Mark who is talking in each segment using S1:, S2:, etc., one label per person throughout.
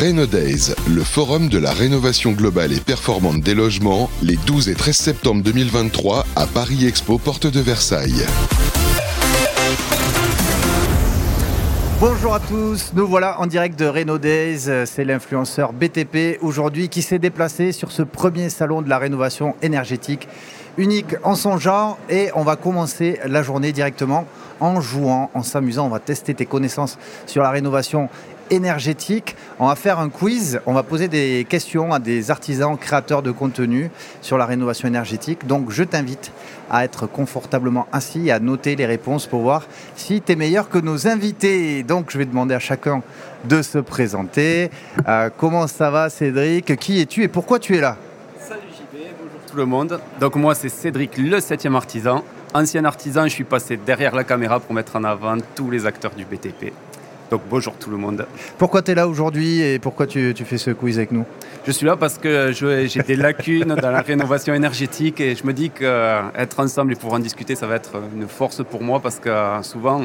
S1: Renodays, le forum de la rénovation globale et performante des logements, les 12 et 13 septembre 2023 à Paris Expo, porte de Versailles.
S2: Bonjour à tous, nous voilà en direct de Renault Days, c'est l'influenceur BTP aujourd'hui qui s'est déplacé sur ce premier salon de la rénovation énergétique unique en son genre et on va commencer la journée directement en jouant, en s'amusant, on va tester tes connaissances sur la rénovation énergétique. On va faire un quiz, on va poser des questions à des artisans créateurs de contenu sur la rénovation énergétique. Donc je t'invite à être confortablement assis et à noter les réponses pour voir si tu es meilleur que nos invités. Donc je vais demander à chacun de se présenter. Euh, comment ça va Cédric Qui es-tu et pourquoi tu es là
S3: Salut JB, bonjour tout le monde. Donc moi c'est Cédric le 7 artisan. Ancien artisan, je suis passé derrière la caméra pour mettre en avant tous les acteurs du BTP. Donc bonjour tout le monde.
S2: Pourquoi tu es là aujourd'hui et pourquoi tu, tu fais ce quiz avec nous
S3: Je suis là parce que je- j'ai des lacunes dans la rénovation énergétique et je me dis qu'être ensemble et pouvoir en discuter, ça va être une force pour moi parce que euh, souvent,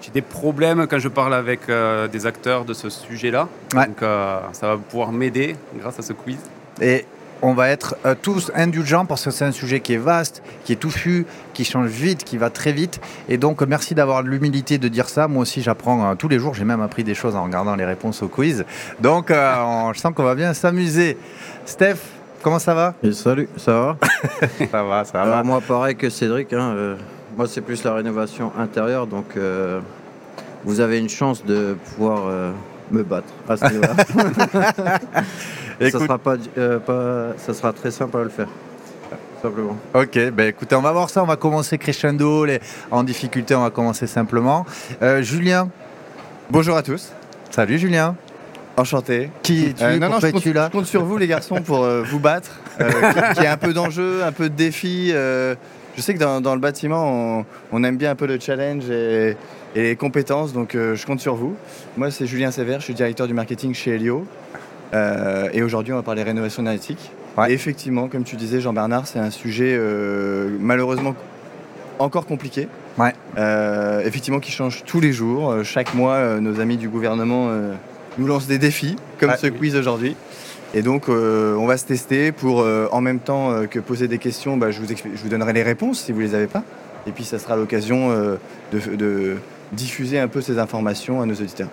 S3: j'ai des problèmes quand je parle avec euh, des acteurs de ce sujet-là.
S2: Ouais.
S3: Donc euh, ça va pouvoir m'aider grâce à ce quiz.
S2: Et on va être euh, tous indulgents parce que c'est un sujet qui est vaste, qui est touffu, qui change vite, qui va très vite. Et donc, euh, merci d'avoir l'humilité de dire ça. Moi aussi, j'apprends euh, tous les jours. J'ai même appris des choses en regardant les réponses au quiz. Donc, euh, on- je sens qu'on va bien s'amuser. Steph, comment ça va Euh,
S4: Et salut, ça va
S2: Ça va, ça
S4: Alors Ah, bah, moi pareil que Cédric, hein, euh, moi c'est plus la rénovation intérieure, donc euh, vous avez une chance de pouvoir euh, me battre à ce niveau-là. ça,
S2: Écoute,
S4: sera pas, du- euh, pas- ça sera très simple à le faire, simplement.
S2: ok, ben écoutez, on va voir ça. On va commencer crescendo. Les... En difficulté, on va commencer simplement. Euh, Julien,
S5: Bonjour à tous,
S2: salut Julien.
S5: enchanté.
S2: Qui es-tu
S5: Euh, non, non,
S2: Pourquoi
S5: je compte,
S2: es-tu là
S5: je compte sur vous les garçons pour euh, vous battre, euh, qui- qu'il y ait un peu d'enjeu, un peu de défi. euh, je sais que dans, dans le bâtiment, on, on aime bien un peu le challenge et, et les compétences, donc euh, je compte sur vous. Moi, c'est Julien Sévère, je suis directeur du marketing chez Helio. Euh, et aujourd'hui, on va parler rénovation énergétique.
S2: Ouais.
S5: Et effectivement, comme tu disais, Jean-Bernard, c'est un sujet euh, malheureusement encore compliqué.
S2: Ouais.
S5: Euh, effectivement, qui change tous les jours. Euh, chaque mois, euh, nos amis du gouvernement euh, nous lancent des défis, comme
S2: Ouais.
S5: ce quiz aujourd'hui. Et donc, euh, on va se tester pour, euh, en même temps euh, que poser des questions, bah, je, vous expli- je vous donnerai les réponses si vous ne les avez pas. Et puis, ça sera l'occasion euh, de, de diffuser un peu ces informations à nos auditeurs.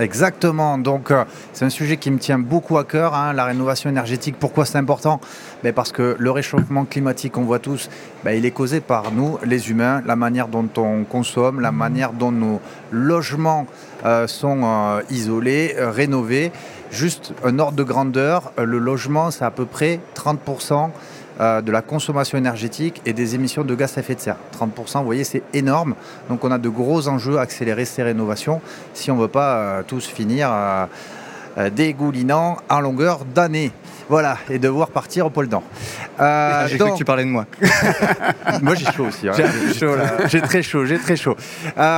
S2: Exactement. Donc, euh, c'est un sujet qui me tient beaucoup à cœur, hein, la rénovation énergétique. Pourquoi c'est important Ben, Parce que le réchauffement climatique, on voit tous, ben, il est causé par nous, les humains, la manière dont on consomme,
S5: Mmh.
S2: la manière dont nos logements euh, sont euh, isolés, euh, rénovés. Juste un ordre de grandeur, euh, le logement, c'est à peu près 30% euh, de la consommation énergétique et des émissions de gaz à effet de serre. 30%, vous voyez, c'est énorme. Donc on a de gros enjeux à accélérer ces rénovations si on ne veut pas euh, tous finir euh, euh, dégoulinant à longueur d'année. Voilà, et devoir partir au pôle Nord. Euh,
S5: Ah, J'ai cru
S2: donc-
S5: que tu parlais de moi.
S2: moi j'ai chaud aussi. hein. J'ai chaud, là. J'ai très chaud, j'ai très chaud.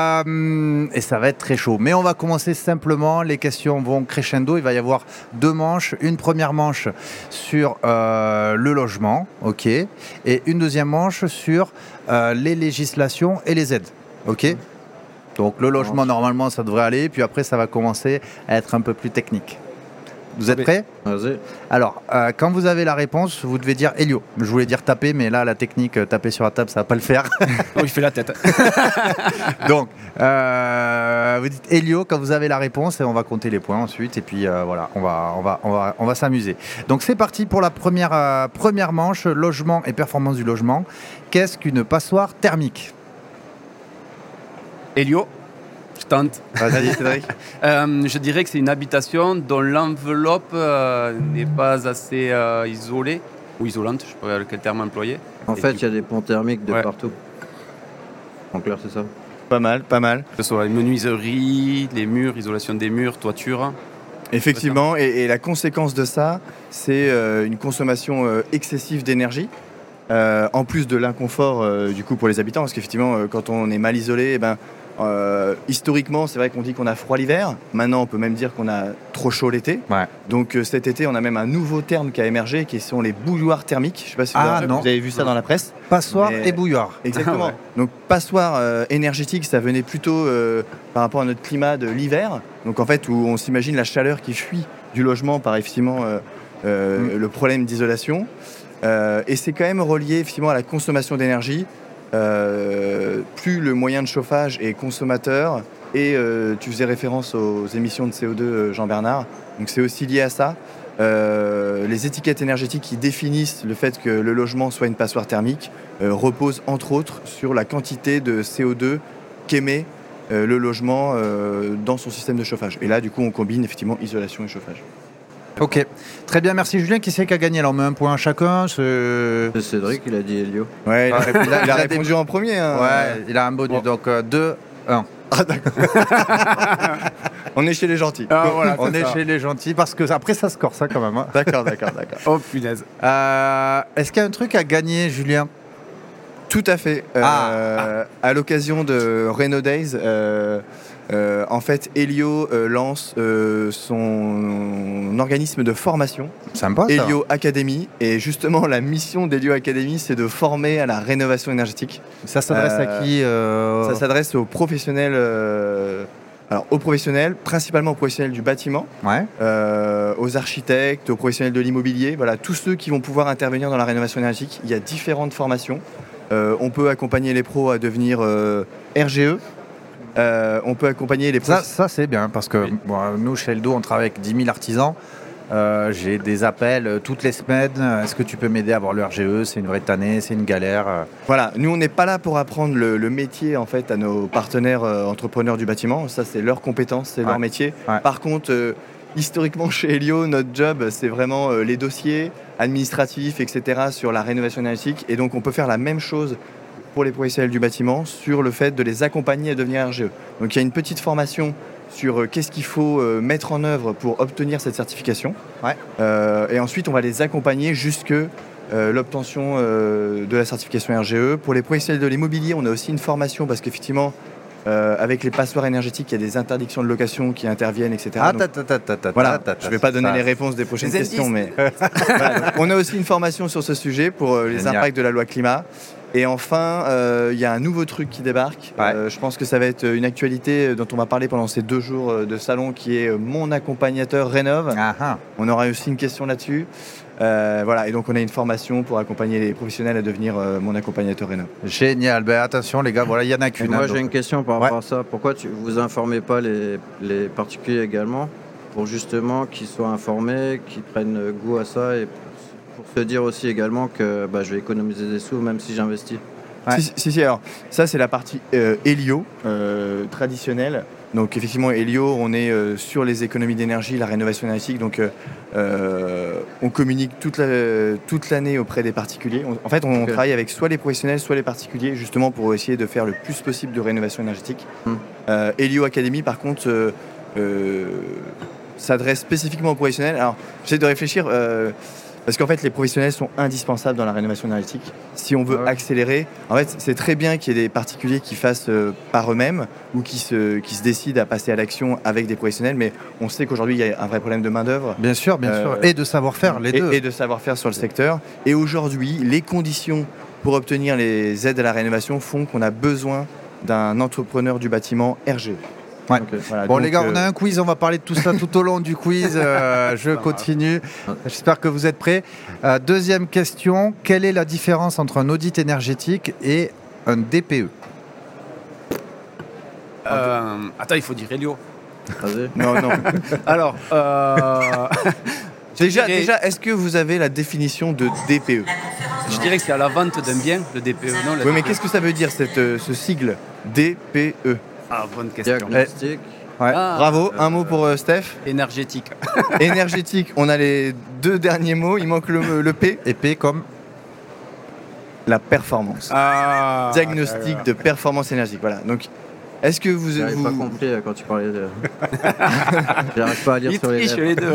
S2: Euh, et ça va être très chaud. Mais on va commencer simplement. Les questions vont crescendo. Il va y avoir deux manches. Une première manche sur euh, le logement, ok. Et une deuxième manche sur euh, les législations et les aides, ok. Donc le logement normalement ça devrait aller. Puis après ça va commencer à être un peu plus technique. Vous êtes
S3: Oui.
S2: prêts
S4: Vas-y.
S2: alors, euh, quand vous avez la réponse, vous devez dire Helio. Je voulais dire taper, mais là, la technique, euh, taper sur la table, ça va pas le faire.
S3: Oh, il fait la tête.
S2: Donc, euh, vous dites Helio quand vous avez la réponse et on va compter les points ensuite. Et puis euh, voilà, on va, on va, on va, on va s'amuser. Donc, c'est parti pour la première, euh, première manche logement et performance du logement. Qu'est-ce qu'une passoire thermique
S3: Elio, je tente.
S5: Vas-y, Cédric.
S3: Euh, je dirais que c'est une habitation dont l'enveloppe euh, n'est pas assez euh, isolée ou isolante, je ne sais pas quel terme employer.
S4: En
S3: Et
S4: fait,
S3: du-
S4: il y a des ponts thermiques de
S3: Ouais.
S4: partout. En clair, c'est ça.
S5: Pas mal, pas mal.
S3: Que ce soit les menuiseries, les murs, isolation des murs, toiture.
S5: Effectivement, et, et la conséquence de ça, c'est euh, une consommation euh, excessive d'énergie, euh, en plus de l'inconfort euh, du coup pour les habitants, parce qu'effectivement, euh, quand on est mal isolé, eh ben, euh, historiquement, c'est vrai qu'on dit qu'on a froid l'hiver. Maintenant, on peut même dire qu'on a trop chaud l'été.
S2: Ouais.
S5: Donc euh, cet été, on a même un nouveau terme qui a émergé, qui sont les bouilloires thermiques. Je sais pas si vous
S2: Ah,
S5: avez-
S2: non.
S5: vous avez vu ça dans la presse.
S2: Passoire
S5: Mais-
S2: et bouilloire.
S5: Exactement.
S3: Ouais.
S5: Ah Donc passoire euh, énergétique, ça venait plutôt euh, par rapport à notre climat de l'hiver. Donc en fait, où on s'imagine la chaleur qui fuit du logement par effectivement euh, euh, le problème d'isolation. Euh, et c'est quand même relié effectivement à la consommation d'énergie. Euh, plus le moyen de chauffage est consommateur, et euh, tu faisais référence aux émissions de CO2, euh, Jean-Bernard, donc c'est aussi lié à ça. Euh, les étiquettes énergétiques qui définissent le fait que le logement soit une passoire thermique euh, reposent entre autres sur la quantité de CO2 qu'émet euh, le logement euh, dans son système de chauffage. Et là, du coup, on combine effectivement isolation et chauffage.
S2: Ok. Très bien, merci Julien. Qui c'est qui a gagné Alors, on met un point chacun. c'est-
S4: C'est Cédric, il a dit Elio.
S5: Ouais, il a,
S2: il a-
S5: il a
S2: il a
S5: répondu en premier.
S3: Euh,
S5: hein.
S2: Ouais, il a un bonus. Donc, euh, 2, 1.
S5: On est chez les gentils.
S3: Ah, voilà,
S2: on
S3: c'est
S2: est
S3: ça.
S2: chez les gentils parce que après, ça score ça quand même. hein.
S5: D'accord, d'accord, d'accord.
S3: Oh punaise.
S2: Euh, Est-ce qu'il y a un truc à gagner, Julien
S5: Tout à fait. Euh, À l'occasion de Renault Days, euh, euh, en fait, Helio euh, lance euh, son organisme de formation,
S2: Sympa Ah, ça.
S5: Helio Academy. Et justement, la mission d'Helio Academy, c'est de former à la rénovation énergétique.
S2: Ça s'adresse à
S5: Euh,
S2: qui euh,
S5: Ça s'adresse aux professionnels. euh, alors, aux professionnels, principalement aux professionnels du bâtiment,
S2: Ouais.
S5: euh, aux architectes, aux professionnels de l'immobilier, voilà, tous ceux qui vont pouvoir intervenir dans la rénovation énergétique. Il y a différentes formations. Euh, on peut accompagner les pros à devenir euh, RGE. Euh, on peut accompagner les pros.
S2: Ça, ça, c'est bien parce que bon, nous, chez Eldo, on travaille avec 10 000 artisans. Euh, J'ai des appels euh, toutes les semaines. Euh, Est-ce que tu peux m'aider à avoir le RGE C'est une vraie tannée, c'est une galère. euh.
S5: Voilà, nous on n'est pas là pour apprendre le, le métier en fait à nos partenaires euh, entrepreneurs du bâtiment. Ça c'est leur compétence, c'est
S2: Ouais.
S5: leur métier.
S2: Ouais.
S5: Par contre, euh, historiquement chez Helio, notre job c'est vraiment euh, les dossiers administratifs, etc. sur la rénovation énergétique. Et donc on peut faire la même chose pour les professionnels du bâtiment sur le fait de les accompagner à devenir RGE. Donc il y a une petite formation sur euh, qu'est-ce qu'il faut euh, mettre en œuvre pour obtenir cette certification.
S2: Ouais.
S5: Euh, et ensuite on va les accompagner jusque euh, l'obtention euh, de la certification RGE. Pour les professionnels de l'immobilier, on a aussi une formation parce qu'effectivement, euh, avec les passoires énergétiques, il y a des interdictions de location qui interviennent, etc.
S2: Ah,
S5: Donc,
S2: ta, ta, ta, ta, ta,
S5: voilà,
S2: ta, ta,
S5: je ne vais pas donner
S2: ta.
S5: les réponses des prochaines
S3: Les
S5: questions, mais Voilà, donc, on a aussi une formation sur ce sujet pour euh, les
S2: Génial.
S5: impacts de la loi climat. Et enfin, euh, il y a un nouveau truc qui débarque.
S2: Ouais.
S5: Euh, je pense que ça va être une actualité euh, dont on va parler pendant ces deux jours euh, de salon qui est euh, mon accompagnateur rénove.
S2: Ah, ah.
S5: On aura aussi une question là-dessus. Euh, voilà, et donc on a une formation pour accompagner les professionnels à devenir euh, mon accompagnateur Renault.
S2: Génial. Ben, attention, les gars, voilà, il y en a
S4: Et
S2: qu'une. hein,
S4: moi,
S2: donc.
S4: j'ai une question par rapport à ça. Pourquoi tu vous informez pas les, les particuliers également pour justement qu'ils soient informés, qu'ils prennent goût à ça et pour, pour se dire aussi également que bah, je vais économiser des sous même si j'investis.
S2: Ouais.
S5: Si, si, si, alors ça c'est la partie euh, Helio euh, traditionnelle. Donc effectivement Helio, on est euh, sur les économies d'énergie, la rénovation énergétique, donc euh, euh, on communique toute la- toute l'année auprès des particuliers. On- en fait on
S4: Ok.
S5: travaille avec soit les professionnels, soit les particuliers, justement pour essayer de faire le plus possible de rénovation énergétique.
S4: Hmm.
S5: Euh, Helio Academy par contre euh, euh, s'adresse spécifiquement aux professionnels. Alors j'essaie de réfléchir... euh, parce qu'en fait, les professionnels sont indispensables dans la rénovation énergétique. Si on veut
S2: Ah ouais.
S5: accélérer, en fait, c'est très bien qu'il y ait des particuliers qui fassent euh, par eux-mêmes ou qui se, qui se décident à passer à l'action avec des professionnels, mais on sait qu'aujourd'hui, il y a un vrai problème de main-d'œuvre.
S2: Bien sûr, bien
S5: Euh,
S2: sûr. Et de savoir-faire, les
S5: et,
S2: deux.
S5: et de savoir-faire sur le secteur. Et aujourd'hui, les conditions pour obtenir les aides à la rénovation font qu'on a besoin d'un entrepreneur du bâtiment RG.
S2: Ouais.
S4: Ok.
S2: Bon les gars, on a un quiz, on va parler de tout ça tout au long du quiz. Euh, je continue. J'espère que vous êtes prêts. Euh, deuxième question, quelle est la différence entre un audit énergétique et un E DPE
S3: Euh, attends, il faut dire Elio.
S4: Vas-y.
S5: Non, non.
S3: Alors, euh,
S5: déjà,
S3: dirais-
S5: déjà est-ce que vous avez la définition de DPE
S3: je dirais que c'est à la vente d'un bien, le DPE, non la-
S5: Oui, mais qu'est-ce que ça veut dire cette, euh, ce sigle DPE
S3: Ah, bonne question.
S4: Diagnostic.
S3: Ah,
S5: Bravo, un mot pour euh, Steph.
S3: Énergétique.
S5: Énergétique, on a les deux derniers mots, il manque le, le P.
S2: Et P comme
S5: La performance.
S3: Ah,
S5: Diagnostic de performance énergétique, voilà. Donc, est-ce que vous...
S4: J'avais
S5: vous-
S4: pas compris euh, quand tu parlais de. J'arrive pas à lire
S3: Ils
S4: sur les
S3: trichent
S4: lèvres.
S3: les deux.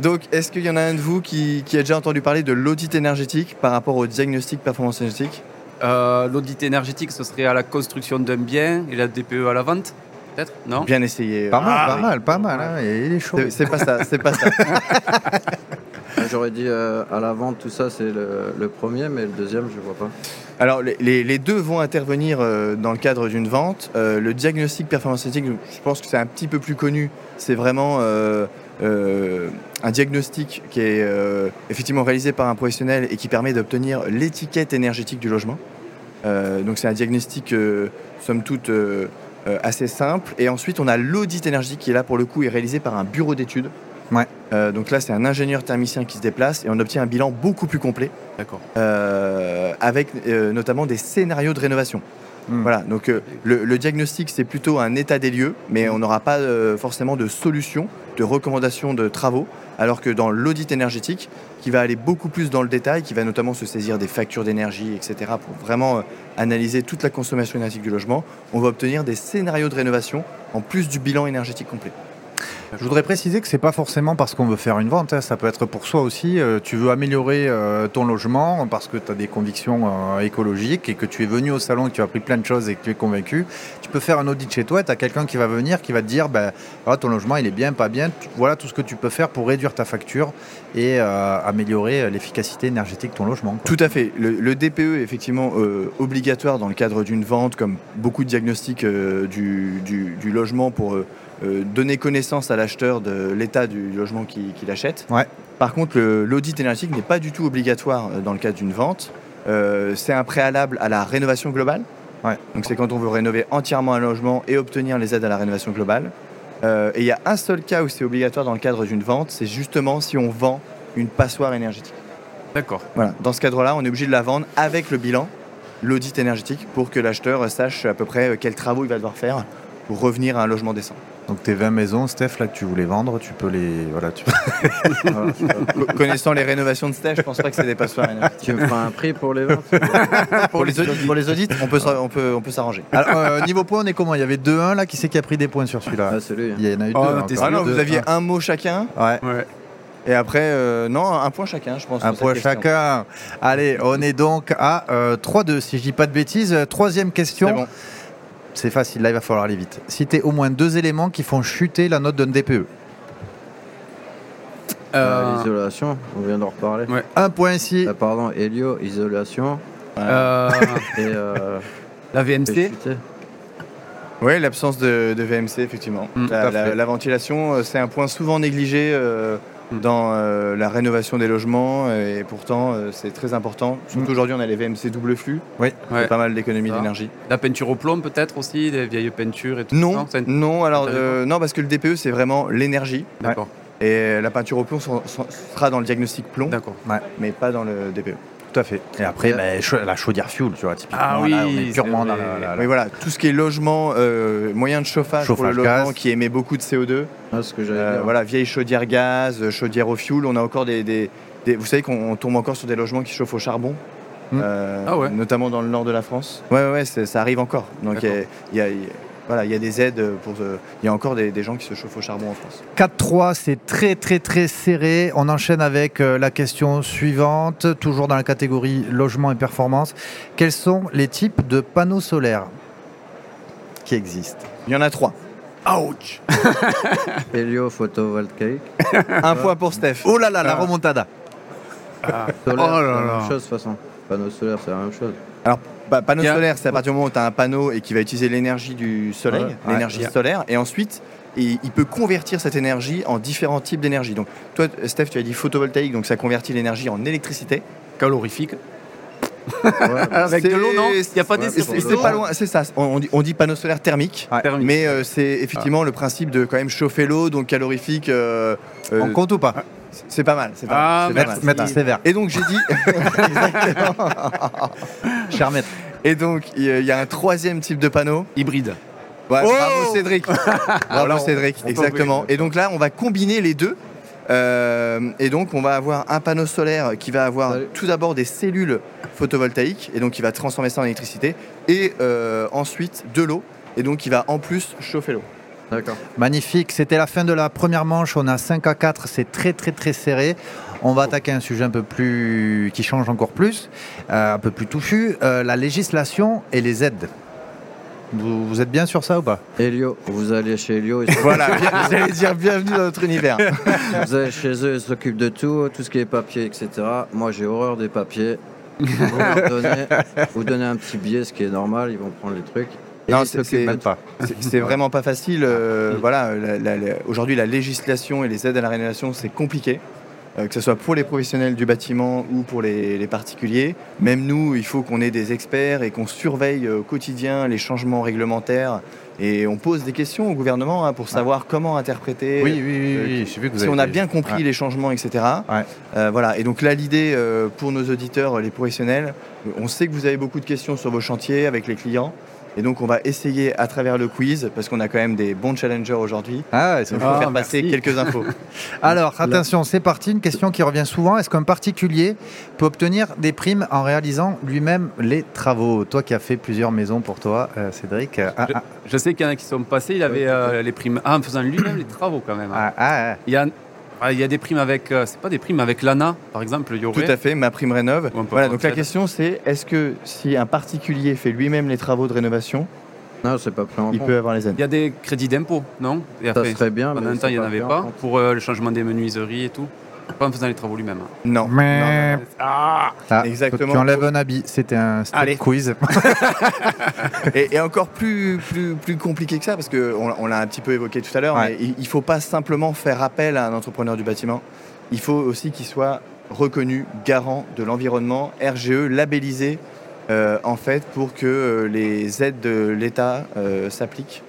S5: Donc, est-ce qu'il y en a un de vous qui, qui a déjà entendu parler de l'audit énergétique par rapport au diagnostic performance énergétique
S3: Euh, L'audit énergétique, ce serait à la construction d'un bien et la DPE à la vente, peut-être Non
S5: Bien essayé.
S2: Pas mal,
S5: Ah,
S2: pas
S5: oui.
S2: mal, pas mal. hein, et il est chaud.
S5: C'est- C'est pas ça, c'est pas ça.
S4: Moi, J'aurais dit euh, à la vente, tout ça, c'est le, le premier, mais le deuxième, je vois pas.
S5: Alors, les, les- les deux vont intervenir euh, dans le cadre d'une vente. Euh, le diagnostic performance éthique, je pense que c'est un petit peu plus connu. C'est vraiment euh, euh, un diagnostic qui est euh, effectivement réalisé par un professionnel et qui permet d'obtenir l'étiquette énergétique du logement. Euh, donc, c'est un diagnostic, euh, somme toute, euh, euh, assez simple. Et ensuite, on a l'audit énergétique qui est là, pour le coup, est réalisé par un bureau d'études.
S2: Ouais.
S5: Euh, donc là, c'est un ingénieur thermicien qui se déplace et on obtient un bilan beaucoup plus complet
S3: D'accord.
S5: euh, avec euh, notamment des scénarios de rénovation.
S2: Hmm.
S5: Voilà, donc euh, le, le diagnostic c'est plutôt un état des lieux, mais on n'aura pas euh, forcément de solution, de recommandation de travaux, alors que dans l'audit énergétique, qui va aller beaucoup plus dans le détail, qui va notamment se saisir des factures d'énergie, etc., pour vraiment euh, analyser toute la consommation énergétique du logement, on va obtenir des scénarios de rénovation en plus du bilan énergétique complet.
S2: Je voudrais préciser que c'est pas forcément parce qu'on veut faire une vente, hein, ça peut être pour soi aussi. euh, tu veux améliorer euh, ton logement parce que tu as des convictions euh, écologiques et que tu es venu au salon, et que tu as appris plein de choses et que tu es convaincu. Tu peux faire un audit chez toi et tu as quelqu'un qui va venir, qui va te dire ben, voilà, ton logement il est bien, pas bien, tu- voilà tout ce que tu peux faire pour réduire ta facture et euh, améliorer euh, l'efficacité énergétique de ton logement. quoi.
S5: Tout à fait. Le, le DPE est effectivement euh, obligatoire dans le cadre d'une vente, comme beaucoup de diagnostics euh, du, du- du logement pour euh, euh, donner connaissance à l'acheteur de l'état du logement qu'il qu'il achète.
S2: Ouais.
S5: Par contre, le- l'audit énergétique n'est pas du tout obligatoire euh, dans le cadre d'une vente. Euh, c'est un préalable à la rénovation globale.
S2: Ouais.
S5: Donc c'est quand on veut rénover entièrement un logement et obtenir les aides à la rénovation globale. Euh, et il y a un seul cas où c'est obligatoire dans le cadre d'une vente, c'est justement si on vend une passoire énergétique.
S3: D'accord.
S5: Voilà, dans ce cadre-là, on est obligé de la vendre avec le bilan, l'audit énergétique, pour que l'acheteur sache à peu près euh, quels travaux il va devoir faire pour revenir à un logement décent.
S2: Donc tes 20 maisons, Steph, là que tu voulais vendre, tu peux les. Voilà, tu...
S4: Voilà, je sais pas.
S5: Co- Connaissant les rénovations de stage, je pense pas que c'est des passoires énergétiques.
S4: tu me feras un prix pour les ventes
S5: Pour les audits, pour les audits, on peut s'ar- on peut- on peut s'arranger.
S2: Alors, euh, niveau points, on est comment Il y avait 2-1 là, qui c'est qui a pris des points sur celui-là
S4: Ah, celui.
S2: Il y en a eu deux.
S3: Oh,
S2: hein,
S3: t'es
S2: encore.
S5: Ah non, vous
S2: Deux,
S5: aviez
S2: un.
S5: un mot chacun,
S2: Ouais.
S3: Ouais.
S5: et après, euh, non, un point chacun, je pense.
S2: Un
S5: sur cette
S2: point
S5: question.
S2: chacun. Allez, on est donc à euh, 3-2, si je dis pas de bêtises. Euh, Troisième
S5: C'est
S2: question.
S5: bon.
S2: C'est facile, là il va falloir aller vite. Citer au moins deux éléments qui font chuter la note d'un DPE.
S4: Euh,
S3: Euh,
S4: L'isolation, on vient d'en reparler.
S2: Un point ici.
S4: Ah, pardon, Helio, isolation
S3: euh,
S4: et euh,
S3: la
S4: et
S3: VMC.
S4: chuter.
S5: Oui, l'absence de, de VMC, effectivement.
S3: Mm,
S5: la,
S2: tout à fait.
S5: la- la ventilation, euh, c'est un point souvent négligé euh,
S3: Mm.
S5: dans euh, la rénovation des logements, euh, et pourtant, euh, c'est très important. Surtout
S2: Mm.
S5: aujourd'hui, on a les VMC double flux,
S3: Ouais.
S5: c'est pas mal d'économie
S3: Ça.
S5: d'énergie.
S3: La peinture au plomb peut-être aussi, des vieilles peintures et tout.
S5: Non,
S3: ça-
S5: non, alors,
S3: ça dépend.
S5: euh, non, parce que le DPE, c'est vraiment l'énergie,
S3: D'accord.
S5: et la peinture au plomb sera- sera dans le diagnostic plomb,
S3: D'accord.
S5: mais pas dans le E. DPE.
S2: Tout à fait. Et après, ben, cha- la chaudière fuel, tu vois, typiquement.
S3: Ah
S2: là,
S3: oui,
S2: on est purement
S3: c'est
S2: dans
S3: vrai.
S2: la- la- la-
S5: Mais voilà, tout ce qui est logement, euh, moyen de chauffage, pour le
S2: Chauffage
S5: logement
S2: gaz.
S5: qui émet beaucoup de CO2,
S4: Ah, ce que j'avais
S5: Euh,
S4: dit.
S5: voilà, vieille chaudière gaz, euh, chaudière au fioul. On a encore des, des- des- vous savez qu'on on tombe encore sur des logements qui chauffent au charbon.
S2: Hmm.
S5: euh,
S3: Ah ouais.
S5: Notamment dans le nord de la France. Ouais, ouais, ouais, c'est- ça arrive encore. Donc il y a- il y a, il y a- voilà, il y a des aides pour. euh, Il y a encore des, des gens qui se chauffent au charbon en France.
S2: 4-3, c'est très très très serré. On enchaîne avec euh, la question suivante, toujours dans la catégorie logement et performance. Quels sont les types de panneaux solaires qui existent
S5: Il y en a trois.
S3: Ouch
S4: Helio photovoltaïque.
S5: Un point pour Steph.
S2: Oh là là, la
S5: Ah.
S2: remontada
S3: Oh
S4: Solaire,
S3: là
S4: c'est la
S3: là.
S4: même chose de toute façon. Panneau solaire, c'est la même chose.
S5: Bah, panneau
S3: Il y a-
S5: solaire, c'est à partir du moment où tu as un panneau et qui va utiliser l'énergie du soleil,
S2: Ouais.
S5: l'énergie
S3: Ouais.
S5: solaire, et ensuite il, il peut convertir cette énergie en différents types d'énergie. Donc toi, Steph, tu as dit photovoltaïque, donc ça convertit l'énergie en électricité.
S3: Calorifique.
S4: Ouais, bah,
S3: Avec de l'eau, non Il n'y a pas
S4: Ouais,
S3: des hein,
S5: C'est-
S4: pour
S5: C'est
S4: le
S5: c'est
S4: long.
S5: pas loin, c'est ça. On- On dit, on dit panneau solaire thermique,
S3: Ah, Thermique. Ah.
S5: mais euh, c'est effectivement le principe de quand même chauffer l'eau, donc calorifique. euh, euh,
S2: On compte ou pas
S5: c'est pas mal. c'est pas
S3: Ah,
S5: mal, c'est pas
S3: merci.
S5: mal.
S2: Maître sévère,
S5: Et donc j'ai dit. Exactement.
S2: cher maître.
S5: Et donc il y a- il y a un troisième type de panneau.
S3: Hybride.
S5: Ouais,
S3: Oh
S5: bravo Cédric. bravo
S3: Voilà, on-
S5: Cédric.
S3: on
S5: Exactement.
S3: peut-
S5: Et donc là, on va combiner les deux. Euh, et donc, on va avoir un panneau solaire qui va avoir
S4: Salut.
S5: tout d'abord des cellules photovoltaïques, et donc qui va transformer ça en électricité, et euh, ensuite de l'eau, et donc qui va en plus chauffer l'eau.
S4: D'accord.
S2: Magnifique, c'était la fin de la première manche, on a 5 à 4, c'est très très très serré. On va attaquer un sujet un peu plus qui change encore plus, euh, un peu plus touffu, euh, la législation et les aides. Vous, vous êtes bien sur ça ou pas
S4: Helio, vous allez chez Helio, ils s'occupent-
S5: Voilà, bien- j'allais dire bienvenue dans notre univers.
S4: vous allez chez eux, ils s'occupent de tout, tout ce qui est papier, etc. Moi, j'ai horreur des papiers. Vous leur donnez, vous donnez un petit billet, ce qui est normal, ils vont prendre les trucs. Et
S5: Non,
S4: ils
S5: c'est-
S4: s'occupent de
S5: c'est-
S4: tout.
S2: pas.
S5: C'est- C'est vraiment pas facile. euh,
S4: Mm.
S5: voilà, la- la- la- aujourd'hui, la législation et les aides à la rénovation, c'est compliqué. Euh, que ce soit pour les professionnels du bâtiment ou pour les, les particuliers. Même nous, il faut qu'on ait des experts et qu'on surveille euh, au quotidien les changements réglementaires. Et on pose des questions au gouvernement hein, pour savoir comment interpréter.
S2: Oui, oui, oui,
S5: euh,
S2: oui, je sais plus que vous
S5: Si
S2: avez-
S5: on a bien compris
S2: Ouais.
S5: les changements, etc.
S2: Ouais.
S5: Euh, voilà. Et donc là, l'idée euh, pour nos auditeurs, euh, les professionnels, euh, on sait que vous avez beaucoup de questions sur vos chantiers avec les clients. Et donc, on va essayer à travers le quiz, parce qu'on a quand même des bons challengers aujourd'hui,
S2: Ah, ouais, c'est
S5: de
S2: fou.
S5: vous faire passer quelques infos.
S2: Alors, attention, c'est parti. Une question qui revient souvent. Est-ce qu'un particulier peut obtenir des primes en réalisant lui-même les travaux Toi qui as fait plusieurs maisons pour toi, euh, Cédric. euh, ah, ah,
S3: Je sais qu'il y en a qui sont passés, il avait euh, les primes ah, en faisant lui-même les travaux quand même. hein.
S2: ah, ah,
S3: Il, y a, ah, il y a des primes avec, euh, c'est pas des primes avec l'ANA par exemple, il y
S5: Tout
S3: aurait.
S5: à fait, ma prime rénove.
S3: On peut
S5: Voilà,
S3: prendre
S5: donc la
S3: ça.
S5: question c'est est-ce que si un particulier fait lui-même les travaux de rénovation,
S4: Non, c'est pas pris en
S5: il
S2: Ah
S4: compte.
S5: peut avoir les aides
S3: Il y a des crédits d'impôt, non Et
S4: Ça
S3: après,
S4: serait bien, mais
S3: Pendant un temps,
S4: c'est
S3: il n'y en avait
S4: pris
S3: pas
S4: compte.
S3: pour euh, le changement des menuiseries et tout. Pas en faisant les travaux lui-même. hein.
S5: Non.
S2: Mais-
S5: Non, non, non.
S2: ah.
S5: Exactement.
S2: Tu enlèves un habit. C'était un c'était
S5: Allez.
S2: quiz.
S5: Et, et encore plus, plus, plus compliqué que ça, parce qu'on on l'a un petit peu évoqué tout à l'heure,
S2: Ouais.
S5: mais il ne faut pas simplement faire appel à un entrepreneur du bâtiment. Il faut aussi qu'il soit reconnu garant de l'environnement, RGE, labellisé, euh, en fait, pour que euh, les aides de l'État euh, s'appliquent.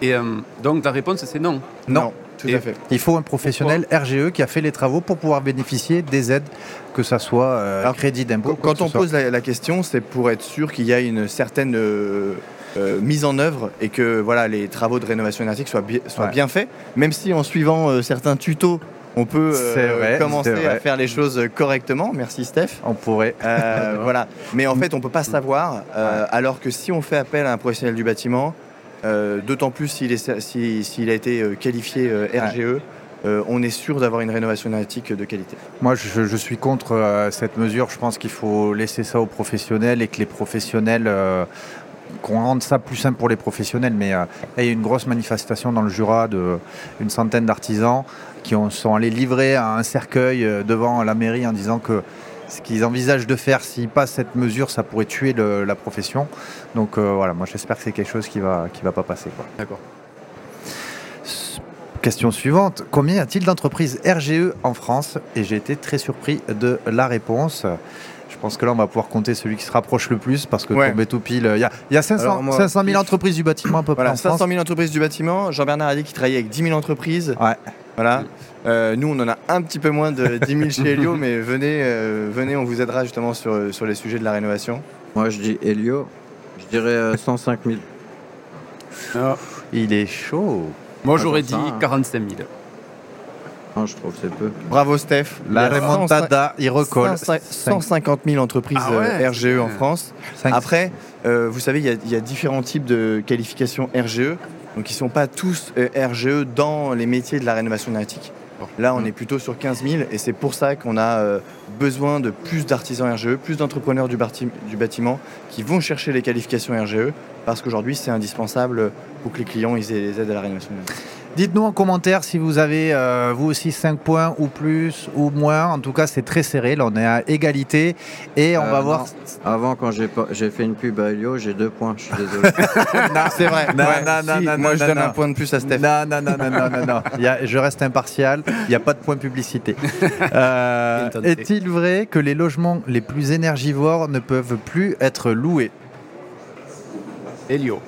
S3: Et euh, donc la réponse c'est non.
S2: Non.
S5: tout
S3: Et-
S5: à fait.
S2: Il faut un professionnel RGE qui a fait les travaux pour pouvoir bénéficier des aides, que ça soit euh,
S5: Alors,
S2: crédit d'impôt.
S5: Quand,
S2: quoi que ce
S5: quand on
S2: soit.
S5: pose la, la question, c'est pour être sûr qu'il y a une certaine euh, euh, mise en œuvre et que voilà, les travaux de rénovation énergétique soient, bi- soient
S2: Ouais.
S5: bien faits, même si en suivant euh, certains tutos, on peut euh,
S2: C'est vrai,
S5: commencer
S2: c'est vrai.
S5: à faire les choses correctement. Merci Steph.
S2: on pourrait.
S5: Euh, voilà. Mais en fait, on peut pas savoir, euh, alors que si on fait appel à un professionnel du bâtiment, euh, d'autant plus s'il est- si- s'il a été euh, qualifié euh, RGE, euh, on est sûr d'avoir une rénovation énergétique de qualité.
S2: Moi, je, je suis contre euh, cette mesure. Je pense qu'il faut laisser ça aux professionnels et que les professionnels. euh, qu'on rende ça plus simple pour les professionnels, mais euh, là, il y a eu une grosse manifestation dans le Jura de une centaine d'artisans qui ont- sont allés livrer à un cercueil euh, devant la mairie en disant que ce qu'ils envisagent de faire s'ils passent cette mesure, ça pourrait tuer le- la profession. Donc euh, voilà, moi j'espère que c'est quelque chose qui va qui va pas passer. quoi.
S3: D'accord.
S2: S- Question suivante. Combien y a-t-il d'entreprises RGE en France Et j'ai été très surpris de la réponse. Je pense que là, on va pouvoir compter celui qui se rapproche le plus parce que
S5: Ouais.
S2: tomber tout pile. euh, Il y a, il y a 500,
S4: Alors, moi,
S2: 500 000 entreprises du bâtiment à peu près
S5: Voilà,
S2: en
S5: 500
S2: France.
S5: 000 entreprises du bâtiment. Jean-Bernard a dit qu'il travaillait avec 10 000 entreprises.
S2: Ouais.
S5: Voilà. Euh, nous, on en a un petit peu moins de 10 000 chez Helio, mais venez, euh, venez, on vous aidera justement sur, sur les sujets de la rénovation.
S4: Moi, je dis Helio, je dirais euh, 105 000.
S2: Il est chaud.
S3: Moi j'aurais dit
S4: Attends, ça, hein.
S3: 45 000.
S4: Non, je trouve que c'est peu.
S5: Bravo, Steph.
S2: La
S5: Il y a
S2: remontada, il
S5: 105
S2: recolle.
S5: 105 150 000 entreprises
S3: Ah ouais,
S5: euh, RGE en
S3: putain.
S5: France.
S2: Cinq-
S5: Après, euh, vous savez, il y a- il y, a différents types de qualifications RGE. Donc, ils ne sont pas tous euh, RGE dans les métiers de la rénovation énergétique. Là, on est plutôt sur 15 000 et c'est pour ça qu'on a euh, besoin de plus d'artisans RGE, plus d'entrepreneurs du, barti- du bâtiment qui vont chercher les qualifications RGE parce qu'aujourd'hui, c'est indispensable pour que les clients ils aient les aides à la rénovation énergétique.
S2: Dites-nous en commentaire si vous avez euh, vous aussi 5 points ou plus ou moins. En tout cas, c'est très serré. Là, on est à égalité. Et on
S4: Euh,
S2: va voir.
S4: Avant, quand j'ai pas- j'ai fait une pub à Helio, j'ai deux points, je suis désolé.
S5: C'est vrai.
S2: Non,
S5: Ouais,
S2: non, non,
S5: si,
S2: non,
S5: moi,
S2: non,
S5: je donne
S2: non.
S5: un point de plus à Steph.
S2: Non, non, non, non, non, non, non. Il y a- je reste impartial. Il n'y a pas de point publicité. Euh,
S3: Bien tenté.
S2: Est-il vrai que les logements les plus énergivores ne peuvent plus être loués
S3: Helio.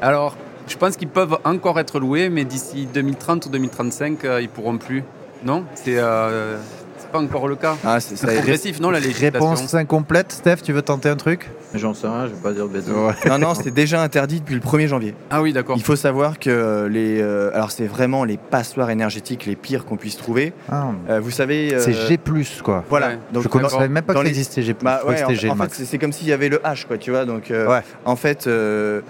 S3: Alors je pense qu'ils peuvent encore être loués, mais d'ici 2030 ou 2035 euh, ils pourront plus. Non C'est euh, c'est pas encore le cas.
S5: Ah, c'est- ça-
S3: C'est progressif, non la législation
S2: Réponse incomplète. Steph, tu veux tenter un truc
S4: J'en sais rien, je vais pas dire de bêtises.
S5: non, non, c'est déjà interdit depuis le 1er janvier.
S3: Ah oui d'accord.
S5: Il faut savoir que les. euh, alors, c'est vraiment les passoires énergétiques les pires qu'on puisse trouver.
S2: Ah,
S5: Euh, vous savez. euh,
S2: C'est G, quoi.
S5: Voilà.
S3: Ouais.
S5: Donc,
S2: je ne savais même pas
S5: Dans
S2: que ça
S5: les-
S2: existait G.
S5: Bah
S2: je croyais
S5: ouais,
S2: que
S5: en,
S2: c'était G, le
S5: en fait,
S2: max.
S5: c'est c'est comme s'il y avait le H, quoi, tu vois. Donc, euh,
S2: Ouais.
S5: en fait, euh,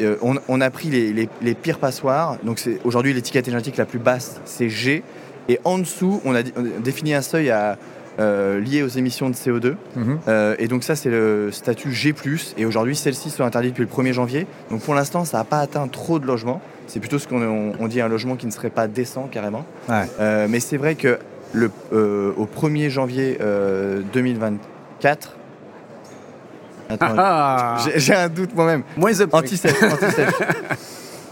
S5: euh, on, on a pris les, les- les pires passoires. Donc, c'est aujourd'hui l'étiquette énergétique la plus basse, c'est G. Et en dessous, on a, di- on a défini un seuil à, euh, liées aux émissions de CO2.
S2: Mhm.
S5: Euh, et donc ça, c'est le statut G+. Et aujourd'hui, celles-ci sont interdites depuis le 1er janvier. Donc pour l'instant, ça n'a pas atteint trop de logements. C'est plutôt ce qu'on on- on dit un logement qui ne serait pas décent carrément.
S2: Ouais.
S5: Euh, mais c'est vrai que le, euh, au 1er janvier euh, 2024... Attends,
S3: Ah,
S5: j'ai- j'ai un doute moi-même.
S3: moins de points.
S5: Anti-sèche, anti-sèche.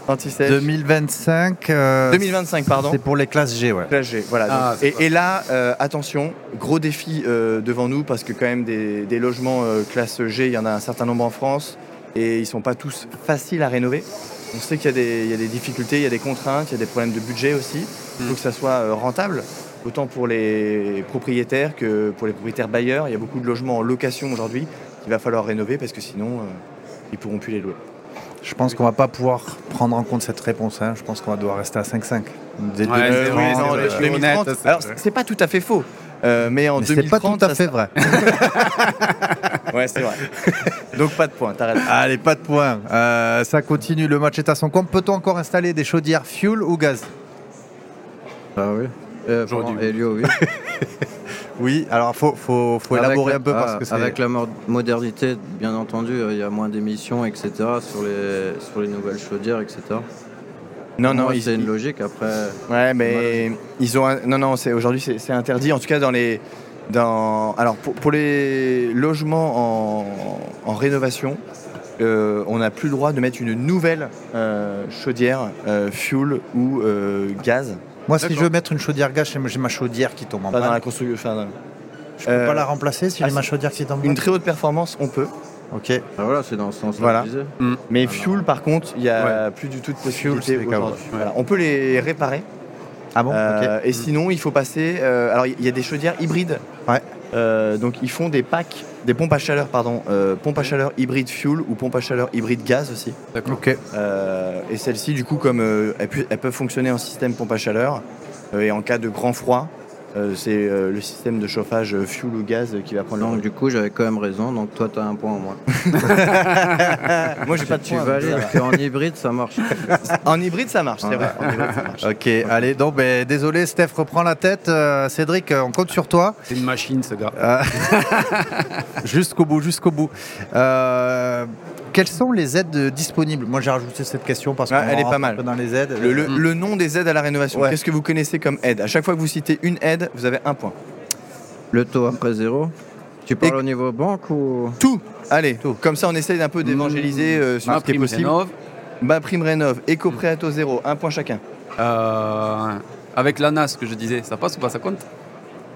S5: Anti-sèche.
S2: 2025, euh,
S5: 2025, pardon.
S2: c'est pour les classes G, ouais.
S5: Là, j'ai- voilà.
S3: Ah,
S5: donc.
S3: c'est
S5: et,
S3: pas-
S5: et là, euh, attention, gros défi euh, devant nous parce que quand même des, des logements euh, classe G, il y en a un certain nombre en France et ils sont pas tous faciles à rénover. On sait qu'il y, a des- il y a des difficultés, il y a des contraintes, il y a des problèmes de budget aussi. Il
S3: Mm.
S5: faut que ça soit euh, rentable, autant pour les propriétaires que pour les propriétaires bailleurs. Il y a beaucoup de logements en location aujourd'hui qu'il va falloir rénover parce que sinon, euh, ils pourront plus les louer.
S2: Je pense qu'on va pas pouvoir prendre en compte cette réponse. hein. Je pense qu'on va devoir rester à 5-5. Dès
S3: Ouais,
S5: Euh,
S2: 2030,
S5: oui, non,
S2: euh,
S5: les-
S3: c'est
S5: les
S3: honnête,
S5: 2030.
S3: ça, c'est
S5: Alors,
S3: vrai.
S5: c'est pas tout à fait faux. Euh, mais en
S2: mais c'est pas
S5: 2030,
S2: tout
S5: ça
S2: à fait vrai.
S5: Ouais, c'est vrai. Donc pas de point, t'arrêtes.
S2: Allez, pas de points. Euh, ça continue, le match est à son compte. Peut-on encore installer des chaudières fuel ou gaz
S4: Ah oui. Euh,
S3: Aujourd'hui,
S4: pardon,
S3: oui.
S4: Elio, oui.
S2: Oui, alors faut, faut, faut
S4: Avec
S2: élaborer
S4: la-
S2: un peu parce
S4: ah,
S2: que c'est.
S4: Avec la mor- modernité, bien entendu, euh, il y a moins d'émissions, etc. sur les, sur les nouvelles chaudières, etc.
S5: Non, Ah non,
S4: Moi,
S5: ils-
S4: c'est une logique. Après,
S5: Ouais, mais ils ont. un- Non, non, c'est aujourd'hui c'est c'est interdit. En tout cas, dans les, dans. Alors pour, pour les logements en, en rénovation, euh, on n'a plus le droit de mettre une nouvelle euh, chaudière euh, fuel ou euh, gaz.
S2: Moi, si je
S3: D'accord.
S2: veux mettre une chaudière gaz, j'ai j'ai ma chaudière qui tombe en
S5: Pas dans la
S2: panne.
S5: construction. enfin, dans-
S2: Je peux
S5: euh,
S2: pas la remplacer si
S5: ah,
S2: j'ai ma chaudière qui tombe en
S5: Une
S2: panne.
S5: très haute performance, on peut.
S2: Ok.
S4: ah, voilà, c'est dans ce sens-là.
S5: Voilà.
S4: je disais. Ah
S5: Mais fuel, par contre, il n'y a plus du tout de possibilité
S2: c'est les cabres.
S5: aujourd'hui. Voilà. On peut les réparer.
S2: Ah bon Ok.
S5: Euh, Et sinon, il faut passer. euh, alors, il y a des chaudières hybrides.
S2: Ouais.
S5: Euh, donc, ils font des packs, des pompes à chaleur, pardon, euh, pompes à chaleur hybride fuel ou pompes à chaleur hybride gaz aussi.
S3: D'accord.
S2: Ok.
S5: Euh, et celles-ci, du coup, comme euh, elles, pu- elles peuvent fonctionner en système pompe à chaleur, euh, et en cas de grand froid, euh, c'est euh, le système de chauffage euh, fuel ou gaz euh, qui va prendre le
S4: Donc, du coup, j'avais quand même raison. Donc, toi, t'as un point en moins.
S5: relais. ah, Moi, j'ai pas de
S4: Tu
S5: point.
S4: valides
S5: mais ça
S4: qu'en hybride, ça marche.
S5: va. En hybride, ça marche, c'est vrai. En hybride, ça marche.
S2: Ok, allez, donc ben, désolé, Steph reprend la tête. Euh, Cédric, euh, on compte sur toi.
S3: C'est une machine, ce
S5: Ah,
S3: gars.
S2: Euh, jusqu'au bout, jusqu'au bout. Euh, quelles sont les aides euh, disponibles Moi, j'ai rajouté cette question parce que
S5: Ouais, elle est pas mal.
S2: dans les aides.
S5: Le, le- le nom des aides à la rénovation,
S2: Ouais.
S5: qu'est-ce que vous connaissez comme aide À chaque fois que vous citez une aide, vous avez un point.
S4: Le taux après zéro. Tu parles
S5: Et-
S4: au niveau banque ou.
S5: Tout. Allez, comme ça on essaye d'un peu d'évangéliser euh, sur
S3: Ma
S5: ce qui est
S3: prime
S5: possible.
S3: rénov.
S5: Ma prime rénov, éco-prêt à taux zéro, un point chacun.
S3: Euh, avec l'ANAS que je disais, ça passe ou pas Ça compte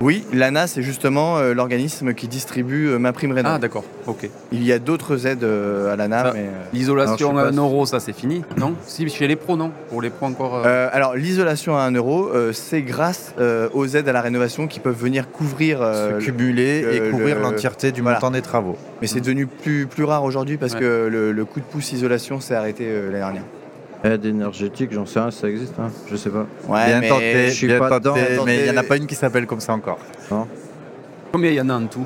S5: Oui, l'ANA, c'est justement euh, l'organisme qui distribue euh, ma prime rénov.
S3: Ah, d'accord. Ok.
S5: Il y a d'autres aides euh, à l'ANA,
S3: Ça-
S5: mais. euh,
S3: L'isolation à
S4: Alors, je sais pas
S3: 1 euro, ça c'est fini Non Si, chez les pros, non. Pour les pros encore. euh,
S5: euh, alors l'isolation à 1 euro, euh, c'est grâce euh, aux aides à la rénovation qui peuvent venir couvrir. euh,
S2: se cumuler
S5: le-
S2: et couvrir
S5: le-
S2: l'entièreté du
S5: voilà.
S2: montant des travaux.
S5: Mais c'est devenu plus, plus rare aujourd'hui parce
S3: Ouais.
S5: que le, le coup de pouce isolation s'est arrêté euh, l'année dernière.
S4: Aide énergétique, j'en sais rien, ça existe. hein, Je sais pas.
S5: Ouais,
S2: bien
S5: mais-
S2: tenté,
S4: je suis
S2: bien
S4: pas
S2: tenté,
S4: dedans, bien
S2: mais il
S5: tenté.
S2: n'y en a pas une qui s'appelle comme ça encore.
S3: Combien il y en a en tout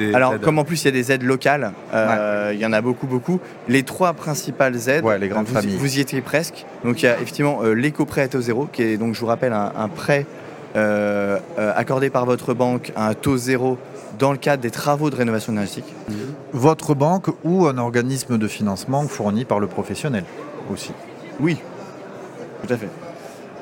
S3: Des
S5: Alors,
S3: aides.
S5: comme en plus il y a des aides locales, euh, il y en a beaucoup, beaucoup. Les trois principales aides,
S2: Ouais, les grandes
S5: vous,
S2: familles.
S5: vous y étiez presque. Donc, il y a effectivement euh, l'éco-prêt à taux zéro, qui est donc, je vous rappelle, un, un prêt euh, euh, accordé par votre banque à un taux zéro dans le cadre des travaux de rénovation énergétique.
S2: Votre banque ou un organisme de financement fourni par le professionnel aussi.
S5: Oui, tout à fait.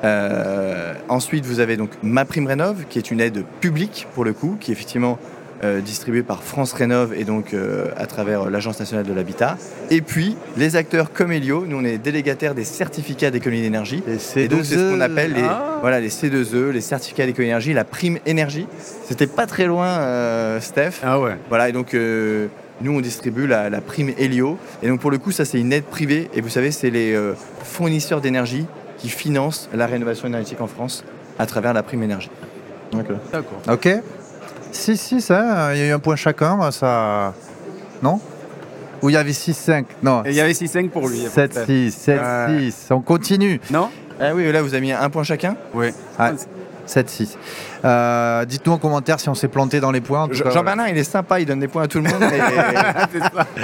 S5: Euh, ensuite, vous avez donc Ma Prime Rénov, qui est une aide publique pour le coup, qui est effectivement euh, distribuée par France Rénov et donc euh, à travers l'Agence nationale de l'habitat. Et puis, les acteurs comme Elio, nous on est délégataires des certificats d'économie d'énergie.
S2: Et
S5: Et
S2: c'est
S5: donc, c'est ce qu'on appelle les,
S3: Ah.
S5: voilà, les C2E, les certificats d'économie d'énergie, la prime énergie. C'était pas très loin, euh, Steph.
S3: Ah ouais.
S5: Voilà, et donc euh, nous, on distribue la, la prime Helio. Et donc pour le coup, ça, c'est une aide privée. Et vous savez, c'est les euh, fournisseurs d'énergie qui financent la rénovation énergétique en France à travers la prime énergie.
S3: D'accord.
S2: Ok 6-6, hein, il y a eu un point chacun, ça. Non Ou il y avait 6-5 Non.
S3: Et il y avait 6-5 pour lui.
S2: 7-6, 7-6, on continue.
S3: Non
S5: Ah oui, là, vous avez mis un point chacun
S3: Oui.
S2: Ah, 7-6. Euh, Dites-nous en commentaire si on s'est planté dans les points. en tout cas, voilà.
S5: Jean-Bernard, il est sympa, il donne des points à tout le monde. mais-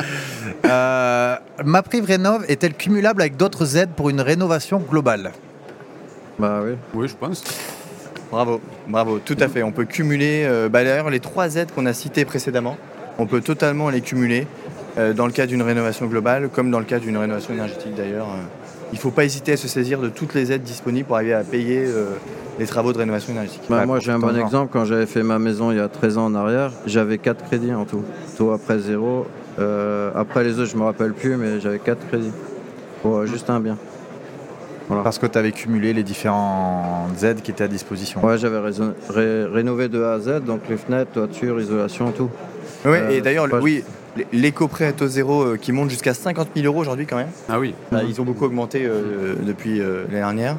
S2: Euh, ma prime rénov est-elle cumulable avec d'autres aides pour une rénovation globale
S4: Bah oui.
S3: Oui, je pense.
S5: Bravo, bravo, tout à fait. On peut cumuler, euh, bah, d'ailleurs, les trois aides qu'on a citées précédemment, on peut totalement les cumuler euh, dans le cas d'une rénovation globale, comme dans le cas d'une rénovation énergétique d'ailleurs. Euh, il ne faut pas hésiter à se saisir de toutes les aides disponibles pour arriver à payer euh, les travaux de rénovation énergétique.
S4: Bah,
S5: Voilà,
S4: moi, j'ai un bon
S5: profitons-en.
S4: exemple. Quand j'avais fait ma maison il y a 13 ans en arrière, j'avais 4 crédits en tout. Taux après zéro. Euh, après les autres, je me rappelle plus, mais j'avais 4 crédits. Pour euh, juste un bien.
S2: Parce que tu avais cumulé les différentes aides qui étaient à disposition.
S4: Ouais, j'avais raison- ré- rénové de A à Z, donc les fenêtres, toiture, isolation, tout.
S5: Oui,
S4: Euh,
S5: et d'ailleurs,
S4: pas-
S5: oui, l'éco-prêt à taux zéro euh, qui monte jusqu'à 50 000 euros aujourd'hui quand même.
S3: Ah oui.
S5: Bah, ils ont beaucoup augmenté euh, depuis euh, l'année dernière.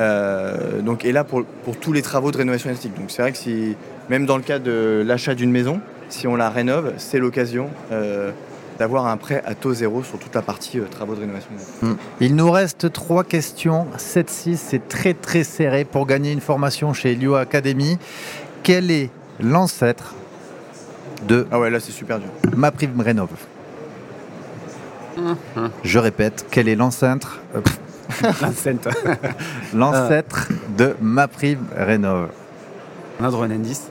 S5: Euh, donc, et là, pour, pour tous les travaux de rénovation énergétique. Donc, c'est vrai que si, même dans le cas de l'achat d'une maison, si on la rénove, c'est l'occasion euh, d'avoir un prêt à taux zéro sur toute la partie euh, travaux de rénovation énergétique.
S2: Mm. Il nous reste trois questions. 7-6, c'est très très serré pour gagner une formation chez Elio Academy. Quel est l'ancêtre de
S5: Ah ouais, là, c'est super dur.
S2: ma prime rénov Je répète, quel est l'ancêtre euh, pff,
S3: L'enceinte.
S2: l'ancêtre
S5: Ah.
S2: de ma prime rénov
S3: On a droit à un indice.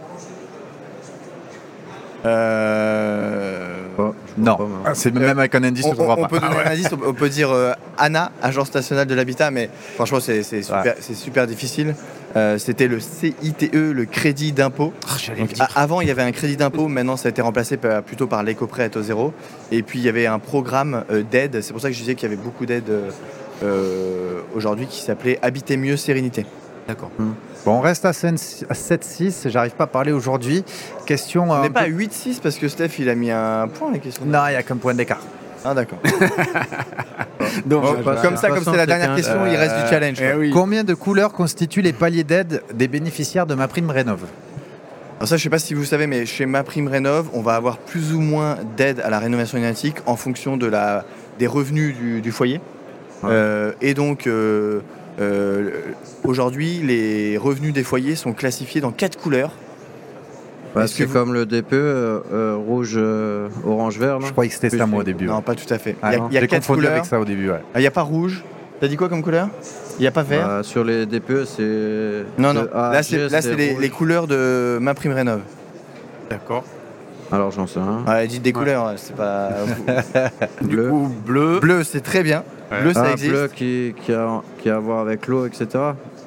S5: Euh,
S4: Bon, je
S2: Non, Ah,
S4: comprends pas, moi.
S2: c'est même avec un indice, tu
S5: on,
S2: ne trouveras
S5: on- on
S2: pas. Ah
S5: peut donner un indice, on, on peut dire euh, ANA, Agence nationale de l'habitat, mais franchement, c'est c'est super,
S2: Ouais.
S5: c'est super difficile. Euh, C'était le CITE, E, le crédit d'impôt.
S3: Ah,
S5: Donc, a- Ah, avant, il y avait un crédit d'impôt, maintenant ça a été remplacé par- plutôt par l'éco-prêt à taux zéro. Et puis il y avait un programme euh, d'aide, c'est pour ça que je disais qu'il y avait beaucoup d'aides euh, euh, aujourd'hui qui s'appelait Habiter mieux sérénité.
S3: D'accord.
S2: Bon, on reste à 7- 7-6, j'arrive pas à parler aujourd'hui. Question.
S5: On
S2: euh,
S5: n'est
S2: un
S5: pas à
S2: peu-
S5: 8-6 parce que Steph il a mis un point les questions.
S2: Non, il n'y a qu'un point d'écart.
S5: Ah d'accord.
S3: Donc,
S5: Bon,
S4: bah,
S5: comme
S4: de
S5: ça,
S4: toute
S5: comme
S4: façon,
S5: c'est la dernière
S4: c'était un-
S5: question, il reste du challenge. quoi.
S3: oui.
S2: Combien de couleurs constituent les paliers d'aide des bénéficiaires de ma prime rénov
S5: Alors ça, je sais pas si vous savez, mais chez Ma Prime Rénov, on va avoir plus ou moins d'aide à la rénovation énergétique en fonction de la, des revenus du, du foyer.
S4: Ouais.
S5: Euh, et donc, euh, euh, aujourd'hui, les revenus des foyers sont classifiés dans quatre couleurs.
S4: Ouais,
S5: Est-ce
S4: c'est
S5: que vous-
S4: comme le DPE, euh, euh, rouge, euh, orange, vert. non
S2: Je croyais que c'était ça, moi, au début.
S5: Non, pas tout à fait.
S2: Ah
S5: Il y a-
S2: non,
S5: il y a,
S2: j'ai
S5: quatre
S2: confondu
S5: couleurs.
S2: avec ça au début, ouais.
S5: Ah, Il n'y a pas rouge. T'as dit quoi comme couleur Il n'y a pas vert
S4: Bah, sur les DPE, c'est.
S5: Non, non.
S4: de A à
S5: là,
S4: G,
S5: c'est là, c'est les,
S4: rouge.
S5: les couleurs de Ma Prime Rénov.
S3: D'accord.
S4: Alors, j'en sais rien.
S5: Ouais, dites des
S3: Ouais.
S5: couleurs, hein, c'est pas...
S3: Du
S4: Bleu.
S3: coup, bleu.
S5: bleu, c'est très bien.
S3: Ouais.
S5: Bleu, ça
S4: Ah,
S5: existe.
S4: bleu qui, qui, a, qui a à voir avec l'eau, etc.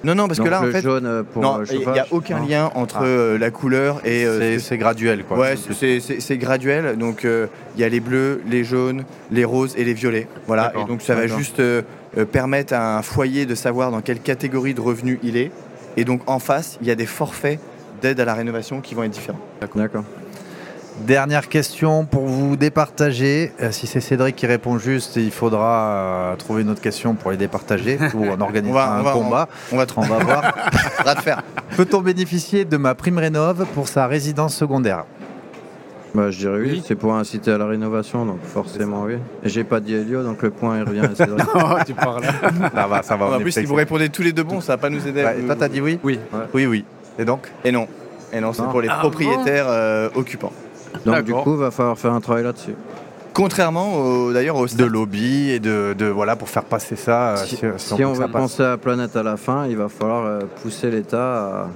S5: Non, non, parce
S4: Donc,
S5: que là, en
S4: le
S5: fait,
S4: jaune euh, pour
S5: Non,
S4: le
S5: il
S4: chauffage.
S5: n'y a aucun
S4: Non.
S5: lien entre euh, la couleur et. euh,
S2: Ah. C'est-
S5: ce que-
S2: c'est graduel, quoi.
S5: ouais, c'est- c'est- c'est c'est graduel. Donc, euh, il y a les bleus, les jaunes, les roses et les violets. Voilà.
S3: D'accord,
S5: Et donc, ça va
S4: d'accord.
S5: juste euh, euh, permettre à un foyer de savoir dans quelle catégorie de revenus il est. Et donc, en face, il y a des forfaits d'aide à la rénovation qui vont être différents.
S4: D'accord.
S2: Dernière question pour vous départager. Euh, si c'est Cédric qui répond juste, il faudra euh, trouver une autre question pour les départager ou en organiser
S5: On va-
S2: un
S5: on va-
S2: combat.
S5: On va te
S2: On va voir.
S5: va te faire.
S2: Peut-on bénéficier de ma prime rénov pour sa résidence secondaire
S4: Bah, je dirais oui,
S3: Oui.
S4: c'est pour inciter à la rénovation, donc forcément oui. Et J'ai pas dit Helio, donc le point il revient à Cédric.
S3: Oh, tu parles.
S2: Ça va, ça va. on
S5: En
S2: est
S5: plus, si
S2: prêt.
S5: vous répondez tous les deux bons, ça va pas nous aider. à
S2: Ouais, et toi,
S5: vous-
S2: t'as dit oui
S3: Oui.
S2: Oui, oui. Et donc
S5: Et non. Et non, c'est
S4: Non.
S5: pour les
S3: Ah,
S5: propriétaires euh, occupants.
S4: donc du
S3: D'accord.
S4: coup, va falloir faire un travail là-dessus.
S5: Contrairement au- d'ailleurs au
S2: de lobby et Euh, de, de- voilà pour faire passer ça. euh, si,
S4: Si-
S2: si on
S4: Si on
S2: veut que ça
S4: veut
S2: passe.
S4: penser à la planète à la fin, il va falloir euh, pousser l'État à,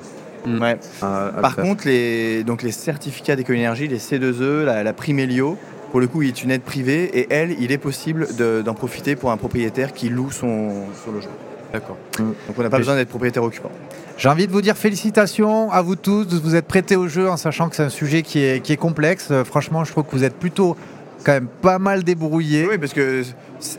S5: Ouais.
S4: à- à le
S5: Par
S4: faire.
S5: contre, les, donc les certificats d'éco-énergie, les C2E, la, la prime Helio, pour le coup, il est une aide privée et elle, il est possible de- d'en profiter pour un propriétaire qui loue son, son logement.
S3: D'accord.
S5: Donc on n'a pas
S2: Mais-
S5: besoin d'être propriétaire occupant.
S2: J'ai envie de vous dire félicitations à vous tous. de Vous êtes prêtés au jeu en sachant que c'est un sujet qui est, qui est complexe. Euh, Franchement, je trouve que vous êtes plutôt quand même pas mal débrouillés.
S5: Oui, parce que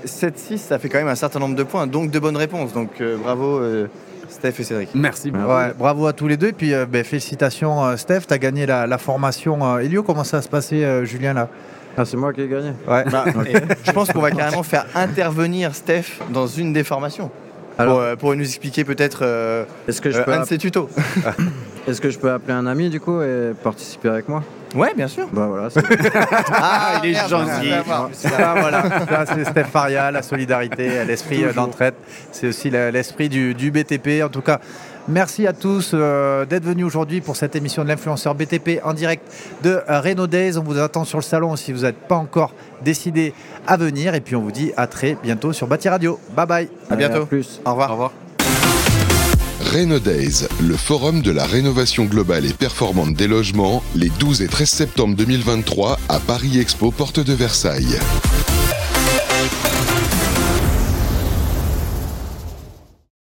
S5: 7-6, ça fait quand même un certain nombre de points, donc de bonnes réponses. Donc euh, bravo euh, Steph et Cédric.
S3: Merci beaucoup.
S2: Ouais, bravo à tous les deux. Et puis, euh, ben, félicitations, euh, Steph. Tu as gagné la, la formation. euh, Elio, comment ça se passait, euh, Julien, là
S4: Ah, c'est moi qui ai gagné.
S2: Ouais.
S5: Bah, et je pense qu'on va carrément faire intervenir Steph dans une des formations
S4: Alors-
S5: pour, euh, pour nous expliquer peut-être euh,
S4: Est-ce que, je
S5: euh,
S4: peux
S5: un de
S4: app-
S5: ses tutos.
S4: est-ce que je peux appeler un ami du coup et participer avec moi
S5: Ouais, bien sûr.
S4: Bah voilà, c'est
S5: Ah,
S3: il est
S5: merde, je me suis
S3: gentil.
S5: fait avoir.
S2: Ça, voilà. Ça, c'est Steph Faria, la solidarité, l'esprit euh, d'entraide. C'est aussi la- l'esprit du, du BTP. En tout cas, merci à tous euh, d'être venus aujourd'hui pour cette émission de l'influenceur BTP en direct de euh, Renault Days. On vous attend sur le salon si vous n'êtes pas encore décidé à venir. Et puis, on vous dit à très bientôt sur Bâti Radio. Bye bye.
S5: À bientôt.
S4: plus.
S5: Au revoir.
S3: Au revoir.
S1: Reno Days, le forum de la rénovation globale et performante des logements, les 12 et 13 septembre 2023 à Paris Expo, porte de Versailles.